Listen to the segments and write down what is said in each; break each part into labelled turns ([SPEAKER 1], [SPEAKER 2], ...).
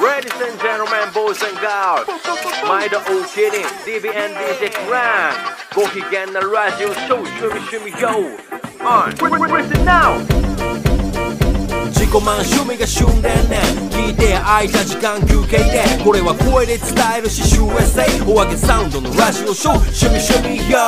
[SPEAKER 1] Ladies and gentlemen, boys and girls 毎度お気に DBN DJ クランご機嫌なラジオショー趣味趣味 YO On Listen now
[SPEAKER 2] 自己満趣味が旬でね聞いて空いた時間休憩でこれは声で伝えるし USA お揚げサウンドのラジオショー趣味趣味や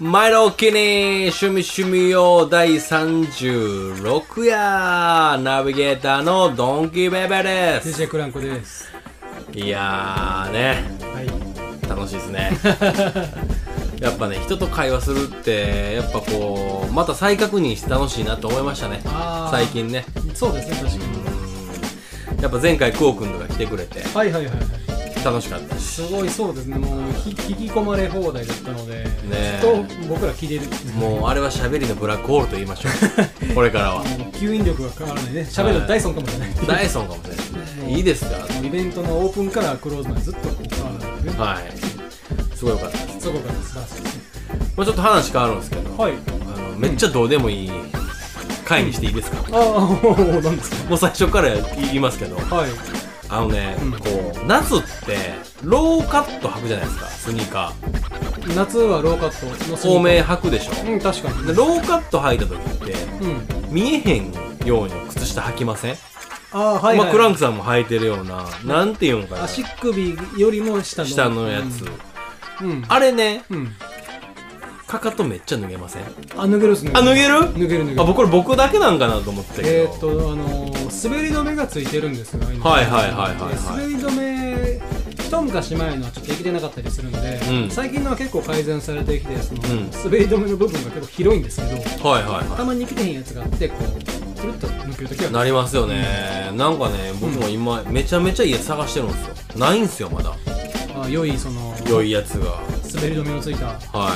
[SPEAKER 2] 毎度おきに趣味趣味用第36夜ナビゲーターのドンキーベベです
[SPEAKER 3] DJ クランコです。
[SPEAKER 2] いやーね
[SPEAKER 3] はい。
[SPEAKER 2] 楽しいですね やっぱね人と会話するってやっぱこうまた再確認して楽しいなと思いましたね
[SPEAKER 3] あー
[SPEAKER 2] 最近ね
[SPEAKER 3] そうですね、確かに。
[SPEAKER 2] うんやっぱ前回こうくんとか来てくれて
[SPEAKER 3] はいはいはいはい。
[SPEAKER 2] 楽しかったし
[SPEAKER 3] すごいそうですね、もうひ引き込まれ放題だったので、
[SPEAKER 2] え
[SPEAKER 3] ずっと僕ら聞いてる。
[SPEAKER 2] もうあれは喋りのブラックホールと言いましょ うこれからは
[SPEAKER 3] もう吸引力が変わらないね。喋るのダイソンかもしれない。
[SPEAKER 2] ダイソンかもしれないですねいいですか
[SPEAKER 3] イベントのオープンからクローズまでずっとこう変わらないね。
[SPEAKER 2] はいすごいよかったです
[SPEAKER 3] そこが素晴らしいですね。
[SPEAKER 2] まあちょっと話変わるんですけど、
[SPEAKER 3] はい。
[SPEAKER 2] あのめっちゃどうでもいい回にしていいですか、
[SPEAKER 3] ああ、おーなんです
[SPEAKER 2] もう最初から言いますけど
[SPEAKER 3] か。はい。
[SPEAKER 2] あのね、
[SPEAKER 3] うん
[SPEAKER 2] こう夏ってローカット履くじゃないですかスニーカ
[SPEAKER 3] 夏はローカットの
[SPEAKER 2] ー透明
[SPEAKER 3] ス
[SPEAKER 2] 履くでしょ、
[SPEAKER 3] ニーカー。うん、確か
[SPEAKER 2] で
[SPEAKER 3] に。
[SPEAKER 2] ローカット履いた時って
[SPEAKER 3] うん。
[SPEAKER 2] 見えへんように靴下履きません、
[SPEAKER 3] ああ、はい、はい。
[SPEAKER 2] まあ、クランクさんも履いてるような、なんていうのかな
[SPEAKER 3] 足首よりも下の。
[SPEAKER 2] 下のやつ、
[SPEAKER 3] うん。うん。
[SPEAKER 2] あれね
[SPEAKER 3] うん。
[SPEAKER 2] かかとめっちゃ脱げません
[SPEAKER 3] あ、脱げるっすね。
[SPEAKER 2] あ脱げる
[SPEAKER 3] 脱げる脱げる
[SPEAKER 2] あ僕これ僕だけなんかなと思ってたけど、
[SPEAKER 3] えーっとあのー滑り止めがついてるんですが今
[SPEAKER 2] はいはいはいはいはい
[SPEAKER 3] で滑り止め一昔前のはちょっとできてなかったりするんで、
[SPEAKER 2] うん
[SPEAKER 3] 最近のは結構改善されてきてその、
[SPEAKER 2] うん
[SPEAKER 3] 滑り止めの部分が結構広いんですけど
[SPEAKER 2] はいはい
[SPEAKER 3] た
[SPEAKER 2] は
[SPEAKER 3] まにきてへんやつがあってこうつるっと抜けるとき
[SPEAKER 2] い
[SPEAKER 3] は
[SPEAKER 2] なりますよね、なんかね僕も今めちゃめちゃ家探してるんですよないんすよまだ
[SPEAKER 3] あ良いその
[SPEAKER 2] 良いやつが
[SPEAKER 3] 滑り止めのついたあ
[SPEAKER 2] はい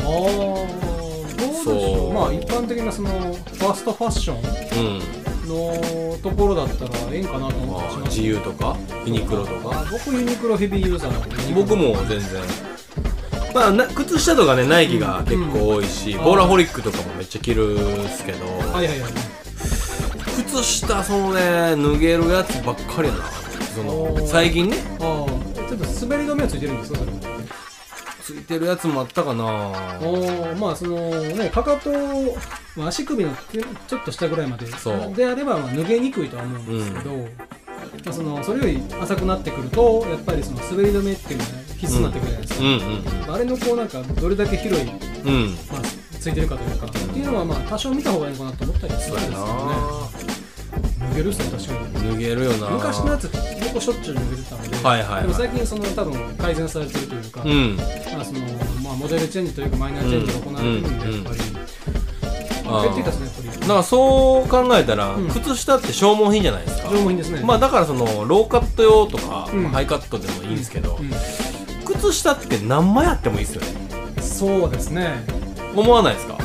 [SPEAKER 3] あどうでし
[SPEAKER 2] そ
[SPEAKER 3] ょ
[SPEAKER 2] う
[SPEAKER 3] うまあ一般的なそのファストファッション
[SPEAKER 2] うん、
[SPEAKER 3] のところだったらええんかなと思ったりし
[SPEAKER 2] まあ、
[SPEAKER 3] ます
[SPEAKER 2] 自由とかユニクロとか
[SPEAKER 3] あ僕ユニクロヘビーユーザーなんで
[SPEAKER 2] 僕も全然まあな靴下とかねナイキが結構多いし、ボーラホリックとかもめっちゃ着るっすけど、
[SPEAKER 3] はいはいはい
[SPEAKER 2] 靴下そのね脱げるやつばっかりやなそ
[SPEAKER 3] お
[SPEAKER 2] の
[SPEAKER 3] ー
[SPEAKER 2] 最近ね
[SPEAKER 3] ああちょっと滑り止めはついてるんですかそれ
[SPEAKER 2] ついてるやつもあったかな
[SPEAKER 3] おおまあそのねかかと、まあ、足首の手ちょっと下ぐらいまで
[SPEAKER 2] そう
[SPEAKER 3] であればまあ脱げにくいとは思うんですけど、まあ、そのそれより浅くなってくるとやっぱりその滑り止めっていうのは必須になってくるじゃないです
[SPEAKER 2] う
[SPEAKER 3] か、
[SPEAKER 2] ん
[SPEAKER 3] あれのこうなんかどれだけ広い、
[SPEAKER 2] うんうんうん
[SPEAKER 3] まあ、ついてるかというか、っていうのはまあ多少見た方がいいのかなと思ったりす
[SPEAKER 2] そ
[SPEAKER 3] る
[SPEAKER 2] うんや
[SPEAKER 3] ですけどね
[SPEAKER 2] な
[SPEAKER 3] 脱げるっすね確かに
[SPEAKER 2] 脱げるよな
[SPEAKER 3] 昔のやつ結構しょっちゅう脱げてたんで、
[SPEAKER 2] はいはいはい
[SPEAKER 3] でも最近その多分改善されてるというか、
[SPEAKER 2] うん
[SPEAKER 3] まあそのまあ、モデルチェンジというかマイナーチェンジが行われてるんで、
[SPEAKER 2] うん
[SPEAKER 3] やっぱり、
[SPEAKER 2] あー
[SPEAKER 3] 減ってきたですね、やっぱ
[SPEAKER 2] だからそう考えたら、
[SPEAKER 3] うん
[SPEAKER 2] 靴下って消耗品じゃないですか
[SPEAKER 3] り、上品ですね。
[SPEAKER 2] まあだからそのローカット用とか、
[SPEAKER 3] うん
[SPEAKER 2] まあハイカットでもいいんですけど、
[SPEAKER 3] うん
[SPEAKER 2] 靴下って何枚あってもいいですよね
[SPEAKER 3] そうですね、
[SPEAKER 2] 思わないですか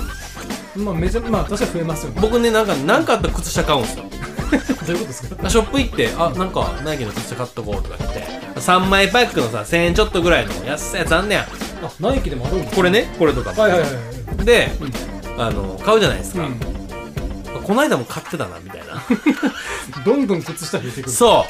[SPEAKER 3] まあ、めちゃまあ、確かに増えますよね。
[SPEAKER 2] 僕ねなんか何かあったら靴下買うんですよ
[SPEAKER 3] どういうことです か
[SPEAKER 2] ショップ行ってあなんかナイキの靴下買っとこうとか言って3枚パックのさ1000円ちょっとぐらいの安いやつあんねや
[SPEAKER 3] あナイキでもあるんだ
[SPEAKER 2] これねこれとかも
[SPEAKER 3] はいはいはい。
[SPEAKER 2] で、
[SPEAKER 3] うん
[SPEAKER 2] あの買うじゃないです
[SPEAKER 3] う
[SPEAKER 2] か、
[SPEAKER 3] ん、
[SPEAKER 2] この間も買ってたなみたいな
[SPEAKER 3] どんどん靴下増えてくる。
[SPEAKER 2] そ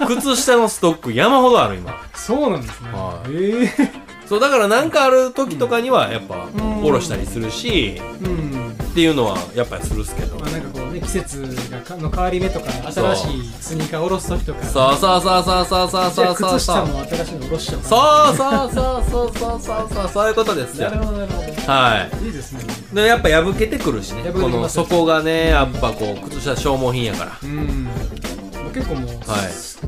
[SPEAKER 2] う靴下のストック山ほどある今
[SPEAKER 3] そうなんですね。
[SPEAKER 2] はい
[SPEAKER 3] ええ
[SPEAKER 2] そうだからなんかある時とかにはやっぱ
[SPEAKER 3] ん
[SPEAKER 2] おろしたりするし、
[SPEAKER 3] うん。
[SPEAKER 2] っていうのはやっぱりするっすけど、
[SPEAKER 3] まあ、なんかこうね、季節がかの変わり目とか、新しいスニーカーを下ろす時とか、
[SPEAKER 2] さあさあさあさあさあさあ
[SPEAKER 3] じ
[SPEAKER 2] さ
[SPEAKER 3] ゃあ
[SPEAKER 2] あさあ
[SPEAKER 3] 靴
[SPEAKER 2] さ
[SPEAKER 3] 下
[SPEAKER 2] あ
[SPEAKER 3] も新しいの下ろしちゃうか
[SPEAKER 2] さあさあさあさあさあさあさあそういうことですよ
[SPEAKER 3] な。なるほど、なるほ
[SPEAKER 2] は
[SPEAKER 3] ど。いいですね。
[SPEAKER 2] いでやっぱ破けてくるしね
[SPEAKER 3] 破けてき
[SPEAKER 2] この
[SPEAKER 3] ますよ
[SPEAKER 2] 底がねやっぱこう靴下消耗品やから
[SPEAKER 3] うん、結構もう、
[SPEAKER 2] はい
[SPEAKER 3] す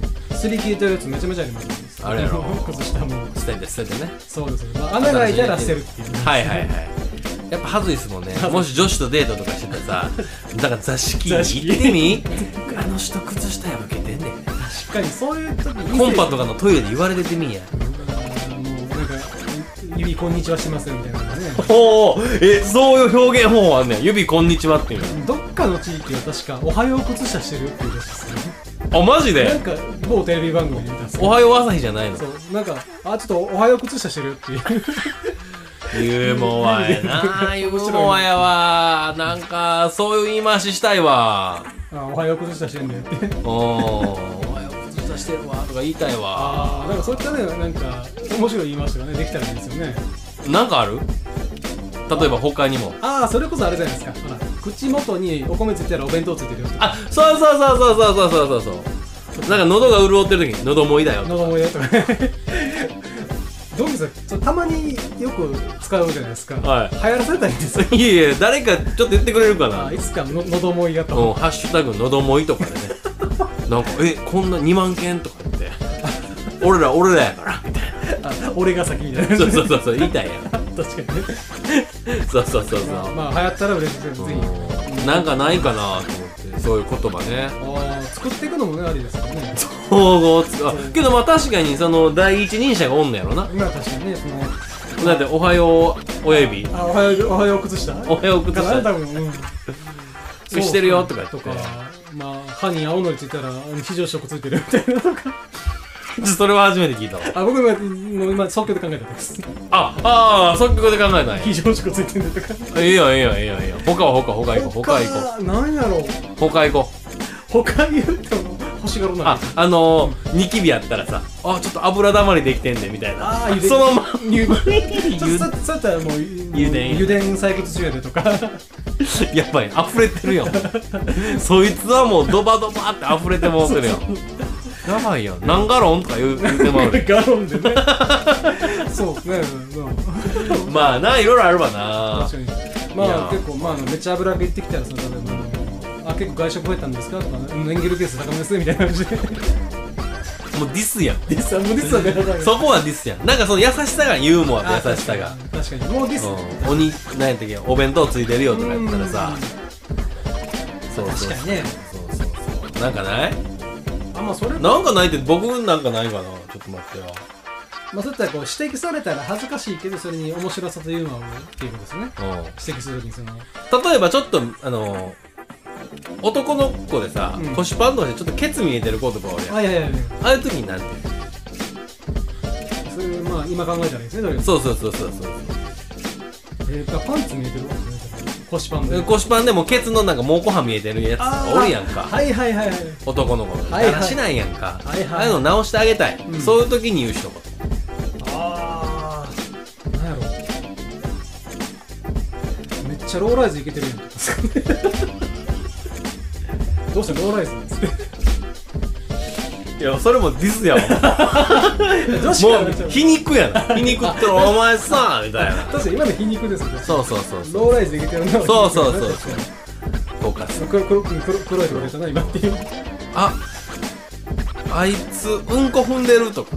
[SPEAKER 3] すり切れてるやつめちゃめちゃありますね
[SPEAKER 2] あれやろ
[SPEAKER 3] 靴下も
[SPEAKER 2] 捨てて捨ててね
[SPEAKER 3] そうです、まあ、穴が開いたら捨てるっていう
[SPEAKER 2] はいはいはいやっぱ恥ずいっすもんねもし女子とデートとかしてたらさだから座敷
[SPEAKER 3] 座敷
[SPEAKER 2] 行ってみあの人靴下破けてんねん
[SPEAKER 3] しっかりそういう時に
[SPEAKER 2] コンパとかのトイレで言われててみんや
[SPEAKER 3] うんもうなんか指こんにちはしてますよみたいなのがね
[SPEAKER 2] おおえそういう表現方法あんねん指こんにちはっていう
[SPEAKER 3] どっかの地域は確か「おはよう靴下してる」っていうらしいですね
[SPEAKER 2] あマジ
[SPEAKER 3] なん
[SPEAKER 2] で
[SPEAKER 3] か某テレビ番組で見たんですけ
[SPEAKER 2] お
[SPEAKER 3] ど
[SPEAKER 2] はよう朝日じゃないの
[SPEAKER 3] そうなんか「あちょっとおはよう靴下してる」っていう
[SPEAKER 2] ユーモアやなユーモアやわなんかそういう言い回ししたいわ
[SPEAKER 3] あおはよう靴下してんだよって
[SPEAKER 2] うんおはよう靴下してるわとか言いたいわ
[SPEAKER 3] ああなんかそういったねなんか面白い言い回しがねできたらいいですよね
[SPEAKER 2] なんかある例えば他にも
[SPEAKER 3] ああそれこそあれじゃないですかほら口元にお米ついてたらお弁当ついてるよとか
[SPEAKER 2] あそうそうそうそうそうそうそうそうそうなんか喉が潤ってる時に喉もいだよ
[SPEAKER 3] 喉もやとか どうですかちょたまによく使うじゃないですか、
[SPEAKER 2] はい
[SPEAKER 3] 流行らせたいんですよ
[SPEAKER 2] いやいや誰かちょっと言ってくれるかな
[SPEAKER 3] あいつかの喉もいや
[SPEAKER 2] うん、
[SPEAKER 3] と
[SPEAKER 2] ハッシュタグのどもいとかでねなんか「えこんな2万件?」とか言って「俺ら俺らやから」みたい
[SPEAKER 3] あ俺が先みたいな
[SPEAKER 2] なそうそうそうそう言いたいやん
[SPEAKER 3] 確かにね
[SPEAKER 2] そうそうそうそう、
[SPEAKER 3] まあ流行ったら嬉しいですよぜひ
[SPEAKER 2] うんなんかないかなと思ってそういう言葉ね
[SPEAKER 3] あー作っていくのもねありですからね
[SPEAKER 2] 統合つあけどまあ確かにその第一人者がおんのやろな
[SPEAKER 3] 今は確かにねその
[SPEAKER 2] だって「おはよう親指」
[SPEAKER 3] あおはようおはよう靴下
[SPEAKER 2] 「おはよう靴
[SPEAKER 3] かな多
[SPEAKER 2] 下」
[SPEAKER 3] 分う
[SPEAKER 2] 「
[SPEAKER 3] ん
[SPEAKER 2] してるよ」とか言って
[SPEAKER 3] とかまあ歯に青のりついたら非常食ついてるみたいなとか
[SPEAKER 2] それは初めて聞いたわ
[SPEAKER 3] あ僕ももう今即興で考えたんです
[SPEAKER 2] あああ即興で考えたんや
[SPEAKER 3] 非常食ついてるとか
[SPEAKER 2] いいよいいよいいよいいよ他は他他行こう他行こ
[SPEAKER 3] 他なんやろう
[SPEAKER 2] う他行こう
[SPEAKER 3] 他言っても欲しがるな
[SPEAKER 2] あ、あのー、ニキビやったらさ、あ、ちょっと油だまりできてんで、みたいな。
[SPEAKER 3] あーゆで
[SPEAKER 2] そのまま、
[SPEAKER 3] ゆちょっと
[SPEAKER 2] ゆ
[SPEAKER 3] そそうやったらも
[SPEAKER 2] 油田
[SPEAKER 3] う油田採掘中やでとか
[SPEAKER 2] やっぱり溢れてるよ。そいつはもうドバドバって溢れてもうてるよ。やばいよ。何ガロンとか言う言うてまうよ。
[SPEAKER 3] ガロンでね そうねま
[SPEAKER 2] ま
[SPEAKER 3] あ
[SPEAKER 2] あな、いろいろあるわな。
[SPEAKER 3] 確かに
[SPEAKER 2] い
[SPEAKER 3] ま
[SPEAKER 2] や
[SPEAKER 3] あ結構まああのめっちゃ油揚げ行ってきたらその例えばあのあ結構外食増えたんですかとかねうんエンゲルケース高めですねみたいな感じで
[SPEAKER 2] もうディスやん。
[SPEAKER 3] ディスはもうディスはね
[SPEAKER 2] そこはディスやん。なんかその優しさがユーモア
[SPEAKER 3] あ
[SPEAKER 2] と優しさが。
[SPEAKER 3] 確かにもうディス
[SPEAKER 2] うん、おに、なんやったっけ、お弁当ついてるよとかやったらさ。そうそうそ
[SPEAKER 3] 確
[SPEAKER 2] う
[SPEAKER 3] かにね
[SPEAKER 2] そうそうそう。なんかない
[SPEAKER 3] あまあそれま
[SPEAKER 2] なんかないって僕なんかないかな。ちょっと待ってよ。
[SPEAKER 3] あそういったらこう指摘されたら恥ずかしいけどそれに面白さというのはっていうことですね
[SPEAKER 2] うん。
[SPEAKER 3] 指摘するときにその
[SPEAKER 2] 例えばちょっとあの男の子でさ、
[SPEAKER 3] うん
[SPEAKER 2] 腰パンとかしてちょっとケツ見えてる言葉おるやんあ
[SPEAKER 3] あいやいやいや
[SPEAKER 2] あいう時になんて言う
[SPEAKER 3] それまあ今考えたらいいですねとりあえず
[SPEAKER 2] そうそうそうそうそう
[SPEAKER 3] えーパンツ見えてるわけですね腰パンで
[SPEAKER 2] で腰パンでもケツのなんか毛骨は見えてるやつと
[SPEAKER 3] あ
[SPEAKER 2] か
[SPEAKER 3] ー
[SPEAKER 2] おるやんか、
[SPEAKER 3] はいはいはいはい
[SPEAKER 2] 男の子が
[SPEAKER 3] はいはい
[SPEAKER 2] だらしないやんか、
[SPEAKER 3] はいはい
[SPEAKER 2] ああいうの直してあげたい、
[SPEAKER 3] うん
[SPEAKER 2] そういう時に言う一言
[SPEAKER 3] ああなんやろめっちゃローライズいけてるや んどうしたローライズなんですね
[SPEAKER 2] いやそれもディスやわ
[SPEAKER 3] 女子から
[SPEAKER 2] も
[SPEAKER 3] 見
[SPEAKER 2] う
[SPEAKER 3] たら
[SPEAKER 2] 皮肉やな皮肉ってお前さみたいな
[SPEAKER 3] 確かに今の皮肉ですね
[SPEAKER 2] そうそうそうそう
[SPEAKER 3] ローライズいけてるな
[SPEAKER 2] そうそうそう
[SPEAKER 3] 確かに
[SPEAKER 2] とかさ
[SPEAKER 3] 黒黒黒黒黒いとこ出たな今っていう
[SPEAKER 2] ああいつうんこ踏んでるとか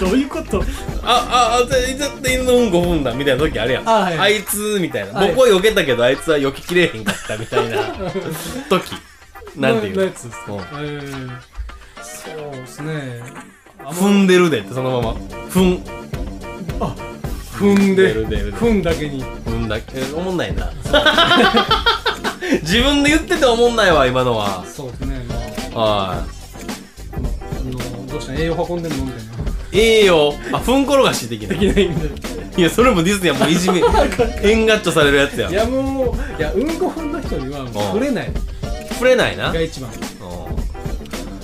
[SPEAKER 3] どういうこと
[SPEAKER 2] あ、あ、あ、絶対犬のうんこ踏んだみたいな時あるやん。
[SPEAKER 3] あはい
[SPEAKER 2] あいつみたいな。
[SPEAKER 3] はい
[SPEAKER 2] 僕は避けたけど、あいつは避けきれへんかったみたいな 時。なんていう
[SPEAKER 3] の
[SPEAKER 2] の
[SPEAKER 3] やつです
[SPEAKER 2] うん
[SPEAKER 3] えーそうですねあんま
[SPEAKER 2] 踏んでるでって、そのまま。踏ん、
[SPEAKER 3] あ踏んで
[SPEAKER 2] 出る出る
[SPEAKER 3] 踏んだけに
[SPEAKER 2] 踏んだ。え、おもんないな。 自分で言ってておもんないわ、今のは。
[SPEAKER 3] そうですねまあ
[SPEAKER 2] は。
[SPEAKER 3] まああのどうした栄養運んでんのみたいない
[SPEAKER 2] いいよ。あ、踏ん転がし的な。
[SPEAKER 3] で
[SPEAKER 2] い
[SPEAKER 3] きないんで
[SPEAKER 2] や、それもディスやん。もういじ め。エンガッチョされるやつや
[SPEAKER 3] い
[SPEAKER 2] ん。
[SPEAKER 3] やもういやうんこ踏んだ人にはもう触れない
[SPEAKER 2] 触れないな。う
[SPEAKER 3] が
[SPEAKER 2] ん。
[SPEAKER 3] 一番
[SPEAKER 2] そうや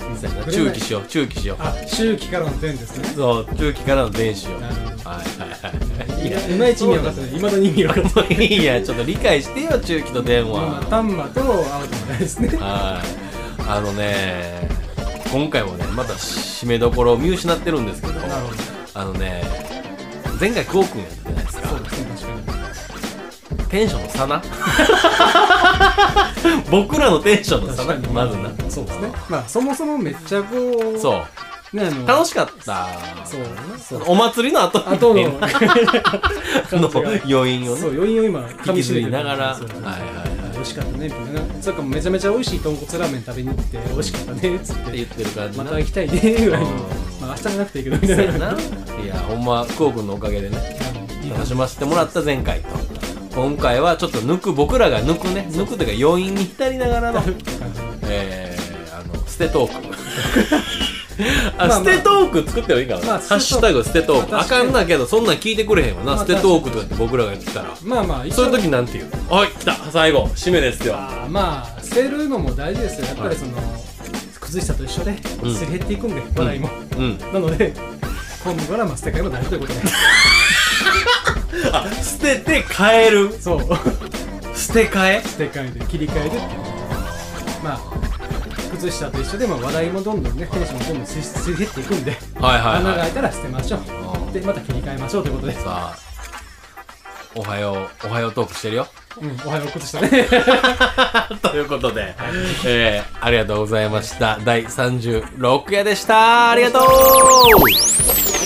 [SPEAKER 2] な
[SPEAKER 3] 触れな
[SPEAKER 2] 注
[SPEAKER 3] い
[SPEAKER 2] 意しよう、注意しよう。
[SPEAKER 3] あ周期からの点ですね
[SPEAKER 2] そう、中期からの電子を。はい
[SPEAKER 3] なるほど
[SPEAKER 2] はいはい。
[SPEAKER 3] いやいまいち意味分かってないいまだに意味分かってない
[SPEAKER 2] いや、いや、ちょっと理解してよ、中期と電
[SPEAKER 3] まあ
[SPEAKER 2] 話。
[SPEAKER 3] タンマとアウトないですね
[SPEAKER 2] はい。あのね、今回もね、また締めどころを見失ってるんですけど、
[SPEAKER 3] なるほど
[SPEAKER 2] あのね、前回クオ君やったじゃないですか。
[SPEAKER 3] そうですね確か
[SPEAKER 2] テンションの差 な。僕らのテンションの
[SPEAKER 3] に
[SPEAKER 2] 差
[SPEAKER 3] 確
[SPEAKER 2] な
[SPEAKER 3] か、に
[SPEAKER 2] まずな。
[SPEAKER 3] そうですねまあそもそもめっちゃこう
[SPEAKER 2] そう
[SPEAKER 3] ねあの
[SPEAKER 2] う。楽しかった。
[SPEAKER 3] そうそう
[SPEAKER 2] お祭りの後
[SPEAKER 3] あとの
[SPEAKER 2] の 余韻をね
[SPEAKER 3] そ。う余韻を今
[SPEAKER 2] 引
[SPEAKER 3] 噛
[SPEAKER 2] き
[SPEAKER 3] みし
[SPEAKER 2] ず
[SPEAKER 3] め
[SPEAKER 2] り
[SPEAKER 3] て
[SPEAKER 2] ながら、はい
[SPEAKER 3] そうそうそう
[SPEAKER 2] はいはい。
[SPEAKER 3] 美味しかったねみたいなそれかめちゃめちゃ美味しい豚骨ラーメン食べに行って美味しかったねっつっ
[SPEAKER 2] って
[SPEAKER 3] て
[SPEAKER 2] 言ってる感じな。
[SPEAKER 3] また行きたいねぐらいの
[SPEAKER 2] うん
[SPEAKER 3] まあ明日じゃなくていいけどみ
[SPEAKER 2] そ
[SPEAKER 3] た
[SPEAKER 2] う
[SPEAKER 3] い
[SPEAKER 2] や
[SPEAKER 3] な
[SPEAKER 2] ないやほんま久保君のおかげでね楽しませてもらった前回と今回はちょっと抜く僕らが抜くね抜くと いうか余韻に浸りながらのえー、あの捨てトークあ、
[SPEAKER 3] まあ
[SPEAKER 2] 捨てトーク作ってもいいからな、
[SPEAKER 3] まあ
[SPEAKER 2] ハッシュタグ捨てトーク、
[SPEAKER 3] まあ
[SPEAKER 2] あ、かんなけどそんなん聞いてくれへんわな、
[SPEAKER 3] まあ
[SPEAKER 2] 捨てトークとかって僕らが言ってたら
[SPEAKER 3] まあまあ一
[SPEAKER 2] そういう
[SPEAKER 3] 応
[SPEAKER 2] 時なんて言うのはい来た最後締めですよ
[SPEAKER 3] あーまあ捨てるのも大事ですよやっぱりその、崩したと一緒で
[SPEAKER 2] ん
[SPEAKER 3] すり減っていくんで、笑いも、
[SPEAKER 2] うん
[SPEAKER 3] なので今後からまあ捨て替えも大事ということで
[SPEAKER 2] あ捨てて変える
[SPEAKER 3] そう
[SPEAKER 2] 捨て替え
[SPEAKER 3] 捨て替えで切り替えでっていうまあ崩したと一緒で、まあ、話題もどんどんねテンションもどんどんすりすり減っていくんで、
[SPEAKER 2] はいはい
[SPEAKER 3] 穴が
[SPEAKER 2] はい
[SPEAKER 3] 開いたら捨てましょうでまた切り替えましょうということで
[SPEAKER 2] さあおはようおはようトークしてるよ
[SPEAKER 3] うんおはよう崩したね
[SPEAKER 2] ということで、えー、ありがとうございました第36夜でしたありがとう